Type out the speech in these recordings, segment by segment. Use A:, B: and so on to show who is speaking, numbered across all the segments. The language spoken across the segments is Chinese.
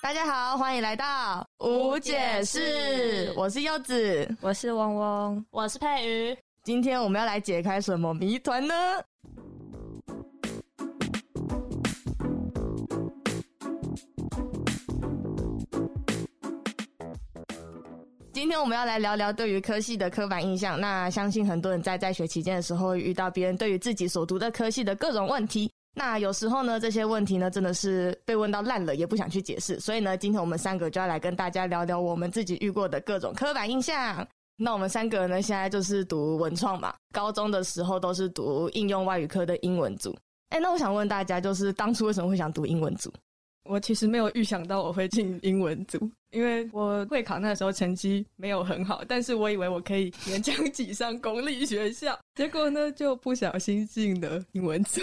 A: 大家好，欢迎来到无解释，我是柚子。
B: 我是汪汪，
C: 我是佩瑜，
A: 今天我们要来解开什么谜团呢？今天我们要来聊聊对于科系的刻板印象。那相信很多人在在学期间的时候，会遇到别人对于自己所读的科系的各种问题。那有时候呢，这些问题呢，真的是被问到烂了，也不想去解释。所以呢，今天我们三个就要来跟大家聊聊我们自己遇过的各种刻板印象。那我们三个呢，现在就是读文创嘛，高中的时候都是读应用外语科的英文组。哎，那我想问大家，就是当初为什么会想读英文组？
D: 我其实没有预想到我会进英文组，因为我会考那时候成绩没有很好，但是我以为我可以勉强挤上公立学校，结果呢就不小心进了英文组。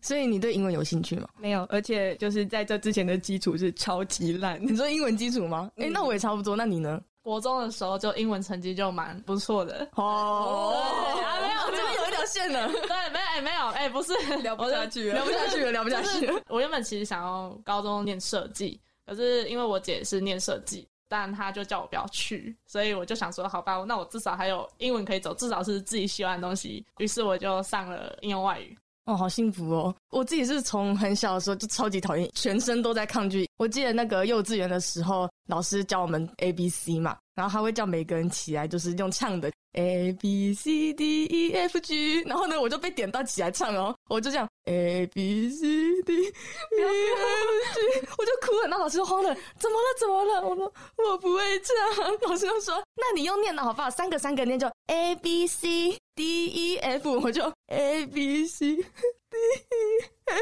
A: 所以你对英文有兴趣吗？
D: 没有，而且就是在这之前的基础是超级烂。
A: 你说英文基础吗？哎、那我也差不多。那你呢？。
C: 国中的时候就英文成绩就蛮不错的
A: 哦
C: 对啊没有
A: 这边有一条线了，
C: 对，没有，哎、没有，哎、 不是，
D: 聊不下去了
A: 聊不下去了，聊不下去了。
C: 我原本其实想要高中念设计，可是因为我姐是念设计，但她就叫我不要去，所以我就想说，好吧，那我至少还有英文可以走，至少是自己喜欢的东西。于是我就上了应用外 语。
A: 哦，好幸福哦！我自己是从很小的时候就超级讨厌，全身都在抗拒。我记得那个幼稚园的时候，老师教我们 A B C 嘛，然后他会叫每个人起来，就是用唱的 A B C D E F G，然后呢，我就被点到起来唱哦，我就这样 A B C D E F G，我就哭了。那老师就慌了，怎么了？怎么了？我说我不会唱。老师就说，那你用念的好不好？三个三个念就 A B C D E F，我就 A B C。我就 念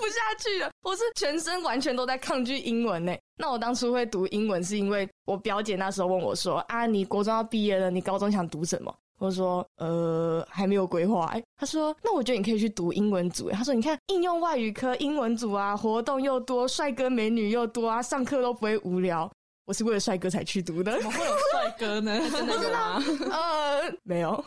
A: 不下去了，我是全身完全都在抗拒英文呢。那我当初会读英文，是因为我表姐那时候问我说：“啊，你国中要毕业了，你高中想读什么？”我说：“呃，还没有规划。”哎，她说：“那我觉得你可以去读英文组。”她说：“你看，应用外语科英文组啊，活动又多，帅哥美女又多啊，上课都不会无聊。”我是为了帅哥才去读 的，
C: 怎么会有帅哥呢？真的
D: 真的吗？
A: 呃，没有，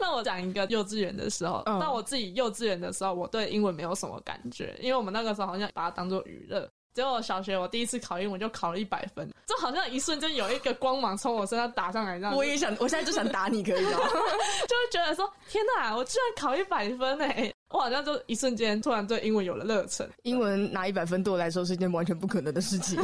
C: 那我讲一个幼稚园的时候，
A: 嗯
C: 到我自己幼稚园的时候，我对英文没有什么感觉，因为我们那个时候好像把它当做娱乐。结果小学我第一次考英文就考了一百分，就好像一瞬间有一个光芒从我身上打上来，这样子
A: 我也想，我现在就想打你，可以 吗？
C: 就会觉得说天哪，我居然考一百分哎！我好像就一瞬间突然对英文有了热忱。
A: 英文拿一百分对我来说是一件完全不可能的事情。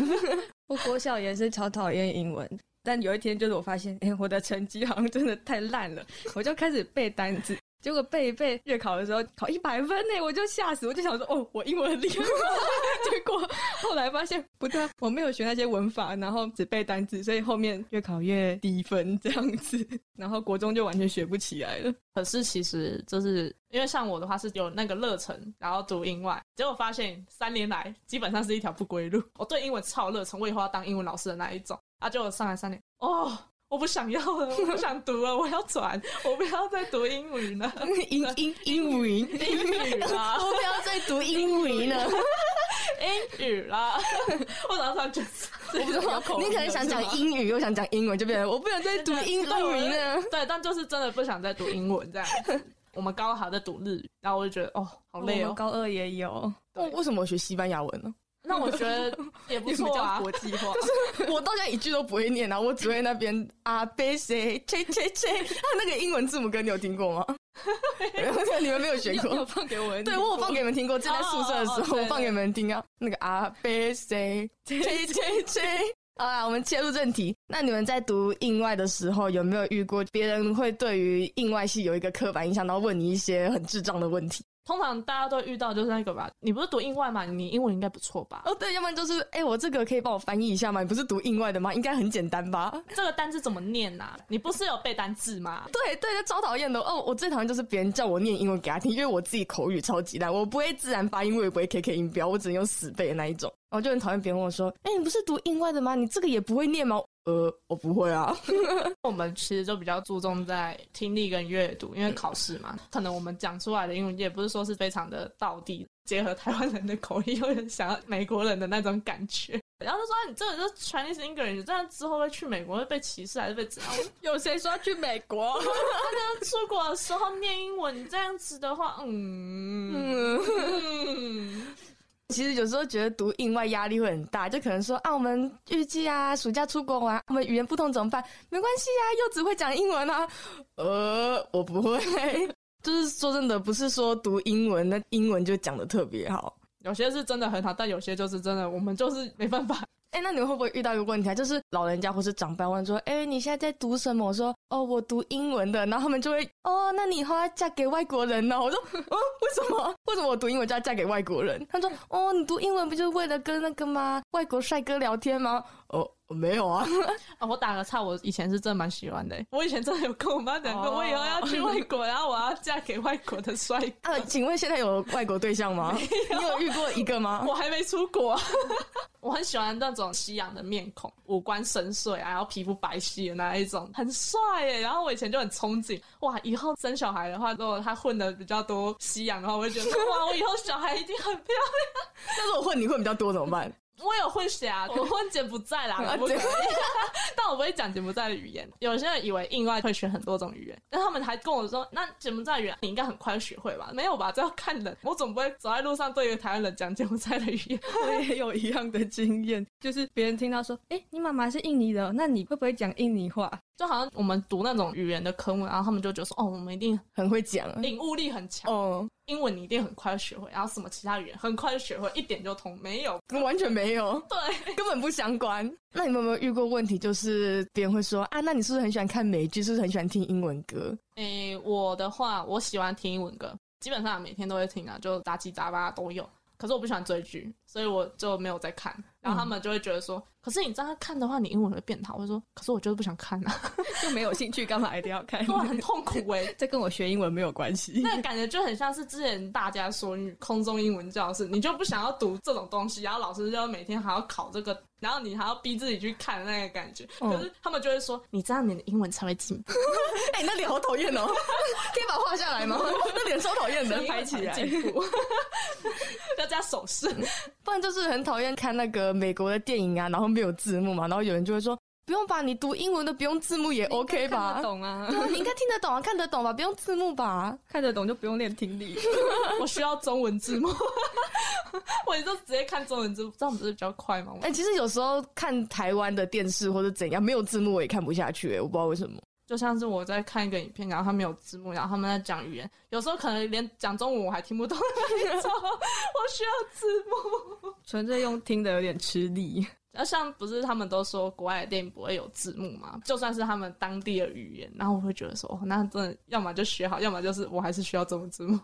D: 我国小也是超讨厌英文，但有一天就是我发现，哎、我的成绩好像真的太烂了，我就开始背单词。结果背一背，月考的时候考一百分呢，我就吓死，我就想说，哦，我英文很厉害。 结果后来发现不对啊，我没有学那些文法，然后只背单词，所以后面越考越低分这样子，然后国中就完全学不起来了。
C: 可是其实就是因为像我的话是有那个热忱，然后读英外，结果发现三年来基本上是一条不归路。我对英文超热忱，我以后要当英文老师的那一种。啊，结果上来三年，哦，我不想要了，我不想读了，我要转，我不要再读英语了，
A: 英英英语音，
C: 英语啦，
A: 我不要再读英语 了。
C: 英语啦，我早上就
A: 我不知道，你可能想讲英语，又想讲英文，就变成我不想再读英语 了。
C: 对，但就是真的不想再读英文这样子。我们高考在读日语，然后我就觉得哦，好累哦
D: 我们。高二也有，
A: 为为什么我学西班牙文呢？
C: 那我觉得也 不
D: 为什么
C: 错
D: 叫
C: 啊
D: 国。际 化？
A: 我到现在一句都不会念啊，我只会那边啊贝谁切切切，啊那个英文字母歌你有听过 吗？你们没有学
D: 你有你有
A: 过？
D: 放给我们？
A: 对，我有放给你们听过，正在宿舍的时
C: 哦哦
A: 候，
C: 对
A: 我放给你们听啊。那个啊贝谁切切切。好啦，我们切入正题。那你们在读印外的时候，有没有遇过别人会对于印外系有一个刻板印象，然后问你一些很智障的问题？
C: 通常大家都遇到就是那个吧，你不是读英外嘛？你英文应该不错吧？
A: 哦，对，要不然就是，哎、我这个可以帮我翻译一下吗？你不是读印外的吗？应该很简单吧？
C: 这个单字怎么念呐、你不是有背单字吗？
A: 对对，超讨厌的哦！我最讨厌就是别人叫我念英文给他听，因为我自己口语超级烂，我不会自然发音，我也不会 KK 音标，我只能用死背的那一种。然后就很讨厌别人问我说：“哎、你不是读印外的吗？你这个也不会念吗？”呃，我不会啊。
C: 我们其实就比较注重在听力跟阅读，因为考试嘛，可能我们讲出来的英文也不是说是非常的道地，结合台湾人的口音，有点想要美国人的那种感觉。然后就说、啊你这个就是 Chinese English，你这样之后会去美国会被歧视还是被怎样？我
D: 有谁说要去美国？
C: 就出国的时候念英文，你这样子的话，嗯
A: 嗯，
C: 嗯，
A: 其实有时候觉得读印外压力会很大，就可能说啊，我们预计啊，暑假出国玩，我们语言不通怎么办？没关系啊，柚子会讲英文啊。呃，我不会， 就是说真的，不是说读英文，那英文就讲的特别好。
C: 有些是真的很好，但有些就是真的，我们就是没办法。
A: 哎，那你们会不会遇到一个问题啊？就是老人家或是长辈问说：“哎，你现在在读什么？”我说：“哦，我读英文的。”然后他们就会：“哦，那你以后要嫁给外国人呢、我说：“嗯，为什么？为什么我读英文就要嫁给外国人？”他说：“哦，你读英文不就是为了跟那个吗？外国帅哥聊天吗？”哦，没有啊。
C: 啊，我打个岔，我以前是真的蛮喜欢的欸。我以前真的有跟我妈讲过，
A: 哦
C: 我以后要去外国，然后我要嫁给外国的帅哥。
A: 啊，请问现在有外国对象吗？你有遇过一个吗？
C: 我还没出国、 我很喜欢那种西洋的面孔，五官深邃啊，然后皮肤白皙的那一种，很帅耶。然后我以前就很憧憬，哇，以后生小孩的话，如果他混的比较多西洋的话，我就觉得哇，我以后小孩一定很漂亮。
A: 但是我混你混比较多怎么办？
C: 我有混血啊，我混柬埔寨啦，
A: 啊
C: 我不可以
A: 对
C: 但我不会讲柬埔寨的语言。有些人以为印外会学很多种语言，但他们还跟我说，那柬埔寨语言你应该很快就学会吧？没有吧，这要看人。我总不会走在路上对一个台湾人讲柬埔寨的语言。
D: 我也 有一样的经验，就是别人听到说，哎、你妈妈是印尼的哦，那你会不会讲印尼话？
C: 就好像我们读那种语言的科目，然后他们就觉得说，哦，我们一定
A: 很会讲。
C: 领悟力很强，
A: 哦，
C: 英文你一定很快就学会，然后什么其他语言很快就学会，一点就通。没有，
A: 完全没有。
C: 对，
A: 根本不相关。那你们有没有遇过问题，就是别人会说啊，那你是不是很喜欢看美剧？是不是很喜欢听英文歌？
C: 诶，我的话，我喜欢听英文歌，基本上每天都会听啊，就杂七杂八都有。可是我不喜欢追剧，所以我就没有在看。然后他们就会觉得说，可是你这样看的话，你英文会变好。我就说，可是我就是不想看啊，
D: 就没有兴趣，干嘛一定要看？
C: 哇，很痛苦诶。
D: 这跟我学英文没有关系。
C: 那个感觉就很像是之前大家说空中英文教室，你就不想要读这种东西，然后老师就要每天还要考这个，然后你还要逼自己去看那个感觉。
A: 嗯
C: 可是他们就会说，你这样你的英文才会进步，
A: 哎、那脸好讨厌哦，可以把它画下来吗？那脸超讨厌的
C: 你的英文，
D: 拍起来
C: 才会进步， 要加手势。
A: 不然就是很讨厌看那个美国的电影啊，然后没有字幕嘛，然后有人就会说不用吧，你读英文的不用字幕也 OK
D: 看
A: 吧
D: 得？懂啊，
A: 对啊，你应该听得懂啊，看得懂吧，不用字幕吧？
D: 看得懂就不用练听力。
C: 我需要中文字幕， 我就直接看中文字幕，这样不是比较快吗？
A: 哎、其实有时候看台湾的电视或者怎样，没有字幕我也看不下去、哎，我不知道为什么。
C: 就像是我在看一个影片，然后他没有字幕，然后他们在讲语言，有时候可能连讲中文我还听不懂， 那种我需要字幕。
D: 纯粹用听的有点吃力，
C: 那像不是他们都说国外的电影不会有字幕嘛？就算是他们当地的语言，然后我会觉得说，哦，那真的要么就学好，要么就是我还是需要中文字 幕。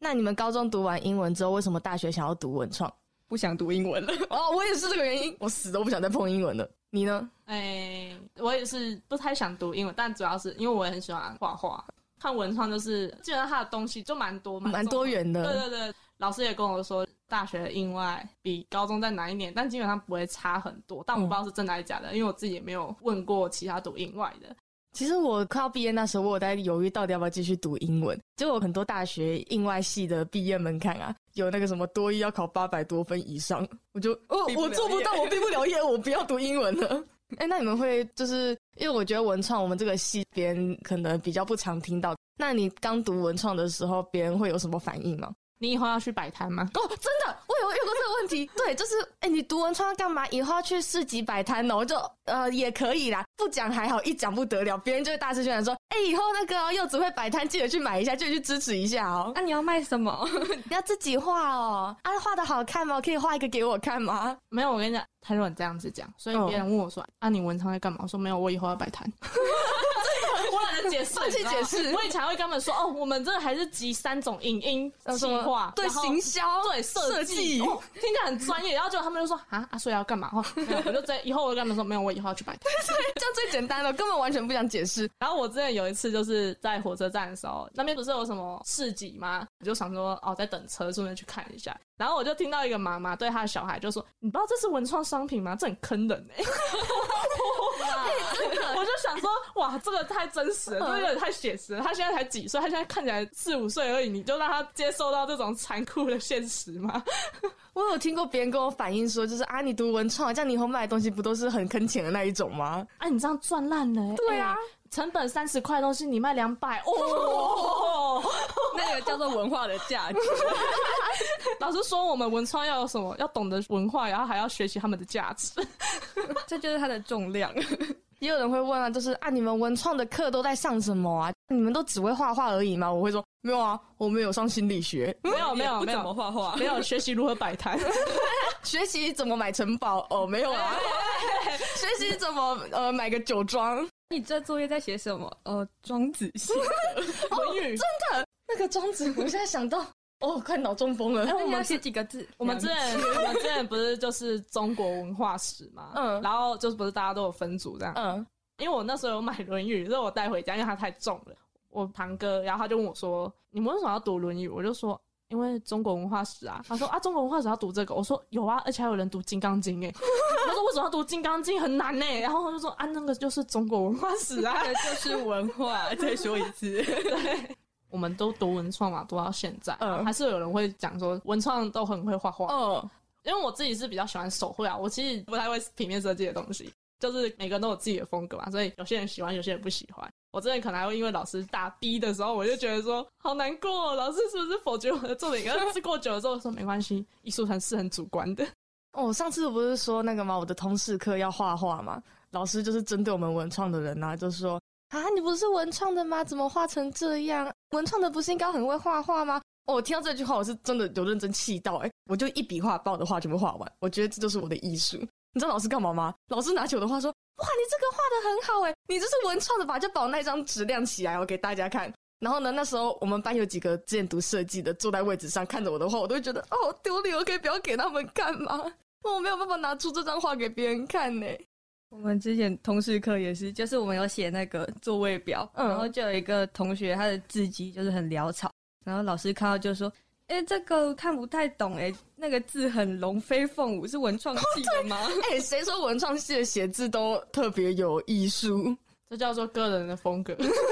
A: 那你们高中读完英文之后，为什么大学想要读文创？
D: 不想读英文了。
A: 哦，我也是这个原因，我死都不想再碰英文了。你呢？
C: 哎、我也是不太想读英文，但主要是因为我也很喜欢画画，看文创就是基本上它的东西就蛮多，
A: 蛮多
C: 元。
A: 元
C: 对
A: 的，
C: 对对，老师也跟我说，大学的英外比高中再难一点，但基本上不会差很多。但我不知道是真的还是假的，因为我自己也没有问过其他读英外的。
A: 其实我快要毕业那时候，我有在犹豫到底要不要继续读英文。结果很多大学应外系的毕业门槛啊，有那个什么多一要考八百多分以上，我就哦
D: 毕，不了
A: 我做不到，我毕不了业，我不要读英文 了。哎，那你们会就是因为我觉得文创我们这个系别人可能比较不常听到。那你刚读文创的时候，别人会有什么反应吗？
C: 你以后要去摆摊吗？
A: 哦，真的，我有遇过这个问 题。对，就是，哎、你读文创干嘛？以后要去市集摆摊哦。我就，呃，也可以啦，不讲还好，一讲不得了，别人就会大声宣传说，哎、以后那个哦、柚子会摆摊，记得去买一下，记得去支持一下哦。
D: 啊，你要卖什么？
A: 你要自己画哦，啊，画的好看吗？可以画一个给我看 吗？
C: 没有，我跟你讲，他如果这样子讲，所以
A: 哦
C: 别人问我说：“啊，你文昌在干嘛？”我说：“没有，我以后要摆摊。” 我懒得解释，
A: 放弃
C: 你知道吗
A: 解释
C: 我以前还会跟他们说：“哦，我们这还是集三种影音
A: 呃
C: 计
A: 什么
C: 划，
A: 对
C: 然后
A: 行销，
C: 对设计，哦听起来很专业。”然后结果他们就说：“啊啊，所以要干嘛？”哦，没有我就在以后我就跟他们说：“没有，我以后要去摆摊。”
A: 这样最简单了，根本完全不想解释。
C: 然后我之前有一次就是在火车站的时候，那边不是有什么市集吗？我就想说哦，在等车，顺便去看一下。然后我就听到一个妈妈对她的小孩就说：“你不知道这是文创商品吗？这很坑人 哎、我就想说，哇，这个太真实了，这个有点太写实了。他现在才几岁？他现在看起来四五岁而已，你就让他接受到这种残酷的现实吗？
A: 我有听过别人跟我反映说，就是啊，你读文创，这样你以后卖的东西不都是很坑钱的那一种吗？
C: 啊，你这样赚烂了、欸！
A: 对啊
C: 哎呀成本三十块的东西你卖两百，哦，
D: 那个叫做文化的价值。
C: 老师说我们文创要有什么，要懂得文化，然后还要学习他们的价 值。
D: 这就是它的重量。
A: 也有人会问啊，就是啊，你们文创的课都在上什么啊？你们都只会画画而已吗？我会说没有啊，我们有上心理学，
C: 没有没
D: 也
C: 有
D: 不
C: 没
D: 怎么
C: 有
D: 画画
C: 没，有学习如何摆 摊，
A: 学习怎么买城堡哦，没有啊， 学习怎么呃买个酒庄，
D: 你这作业在写什么？呃，庄子 写。
C: 文语。
A: 那个庄子，我现在想到哦，快脑中风了。
D: 那你要写几个字？
C: 我们之前我们之前不是就是中国文化史嘛，
A: 嗯
C: 然后就是不是大家都有分组这样，
A: 嗯，
C: 因为我那时候有买《论语》，所以我带回家，因为它太重了。我堂哥，然后他就问我说：“你们为什么要读《论语》？”我就说：“因为中国文化史啊。”他说：“啊，中国文化史要读这个。”我说：“有啊，而且还有人读《金刚经》哎。” 他说：“为什么要读《金刚经》？很难呢、然后他就说：“啊，那个就是中国文化史啊。
D: 这 就是文化。再说一 次，”
C: 我们都读文创嘛，读到现在，
A: 嗯
C: 还是有人会讲说文创都很会画画。
A: 哦，
C: 因为我自己是比较喜欢手绘啊，我其实不太会平面设计的东西，就是每个人都有自己的风格嘛，所以有些人喜欢，有些人不喜欢。我之前可能还会因为老师大逼的时候，我就觉得说好难过、哦，老师是不是否决我的作品？可是过久了之后，我说没关系，艺术很是很主观的。
A: 哦，上次不是说那个吗？我的通识课要画画嘛，老师就是针对我们文创的人啊，就说啊，你不是文创的吗？怎么画成这样？文创的不是应该很会画画吗？哦，我听到这句话，我是真的有认真气到哎、我就一笔画把我的画全部画完，我觉得这就是我的艺术。你知道老师干嘛吗？老师拿起我的画说：“哇，你这个画的很好哎、你这是文创的吧？就把我那张纸亮起来，我给大家看。”然后呢，那时候我们班有几个之前读设计的，坐在位置上看着我的画，我都会觉得哦，好丢脸，我可以不要给他们看吗？我没有办法拿出这张画给别人 看呢。
D: 我们之前通识课也是，就是我们有写那个座位表，
A: 嗯
D: 然后就有一个同学他的字迹就是很潦草，然后老师看到就说：“哎、这个看不太懂、哎，那个字很龙飞凤舞，是文创系的吗？”
A: 哎、谁说文创系的写字都特别有艺术？
C: 这叫做个人的风格，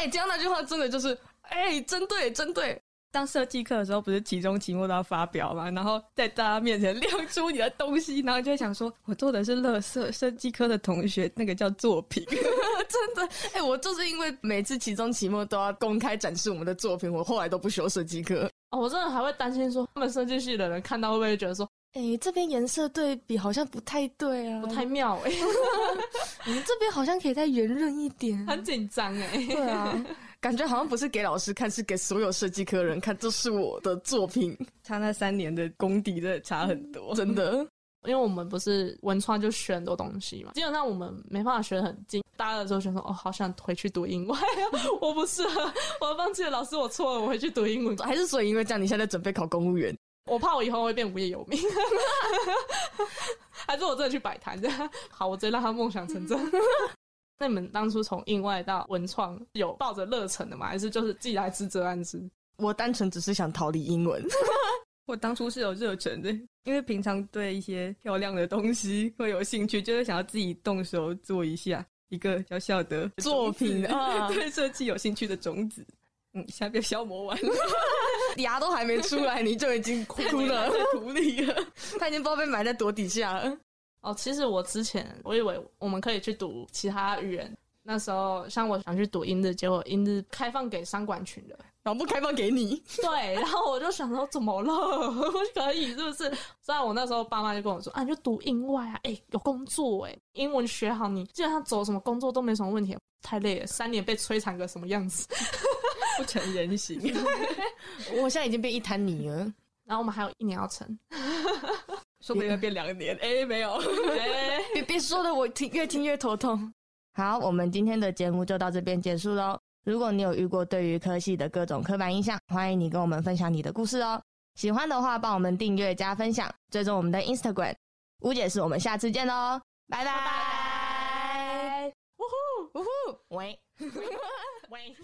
A: 哎、讲那句话真的就是，哎、针对针对，
D: 当设计课的时候，不是期中、期末都要发表嘛？然后在大家面前亮出你的东西，然后就会想说：“我做的是乐色设计科的同学，那个叫作品。
A: 真的，哎、我就是因为每次期中、期末都要公开展示我们的作品，我后来都不修设计课。
C: 哦，我真的还会担心说，他们设计系的人看到会不会觉得说
A: 哎、这边颜色对比好像不太对啊，
C: 不太妙哎、
A: 嗯，这边好像可以再圆润一点。
C: 很紧张哎。
A: 对啊， 感觉好像不是给老师看，是给所有设计科人看，这是我的作 品，”
D: 他那三年的功底真的差很多。
A: 真的。
C: 因为我们不是文创就学很多东西嘛，基本上我们没办法学得很精。大二的时候想说，哦，好想回去读英文， 我不适合，我放弃了，老师我错了，我回去读英文，
A: 还是所以因为这样，你现在准备考公务员？
C: 我怕我以后会变无业游民， 还是我真的去摆摊 的？好，我直接让他梦想成真。 那你们当初从印外到文创有抱着热忱的吗？还是就是既来之则安之？
A: 我单纯只是想逃离英文。
D: 我当初是有热忱的，因为平常对一些漂亮的东西会有兴趣，就会想要自己动手做一下一个小小的种子
A: 作 品啊
D: 对设计有兴趣的种子。嗯，现在被消磨完了，
A: 牙都还没出来，你就已经 哭 了，
D: 在土里了。
A: 啊他已经不知道被埋在多底下了。
C: 哦，其实我之前我以为我们可以去读其他语言，那时候像我想去读英日，结果英日开放给商管群的，
A: 然后不开放给你，
C: 对，然后我就想说怎么了， 不可以是不是？虽然我那时候爸妈就跟我说啊，你就读英外啊，哎、有工作哎、英文学好你，基本上走什么工作都没什么问题，太累了，三年被摧残个什么样子？
D: 不成人形。
A: 我现在已经变一滩泥了。
C: 然后我们还有一年要成，
D: 说不定会变两年。哎、没有，
C: 哎
A: 别别说了，我听越听越头痛。好，我们今天的节目就到这边结束喽。如果你有遇过对于科系的各种刻板印象，欢迎你跟我们分享你的故事哦。喜欢的话，帮我们订阅加分享，追踪我们的 Instagram。吴姐是我们下次见喽，拜拜。
C: 拜
A: 呜呼，呜呼，喂。
C: 喂。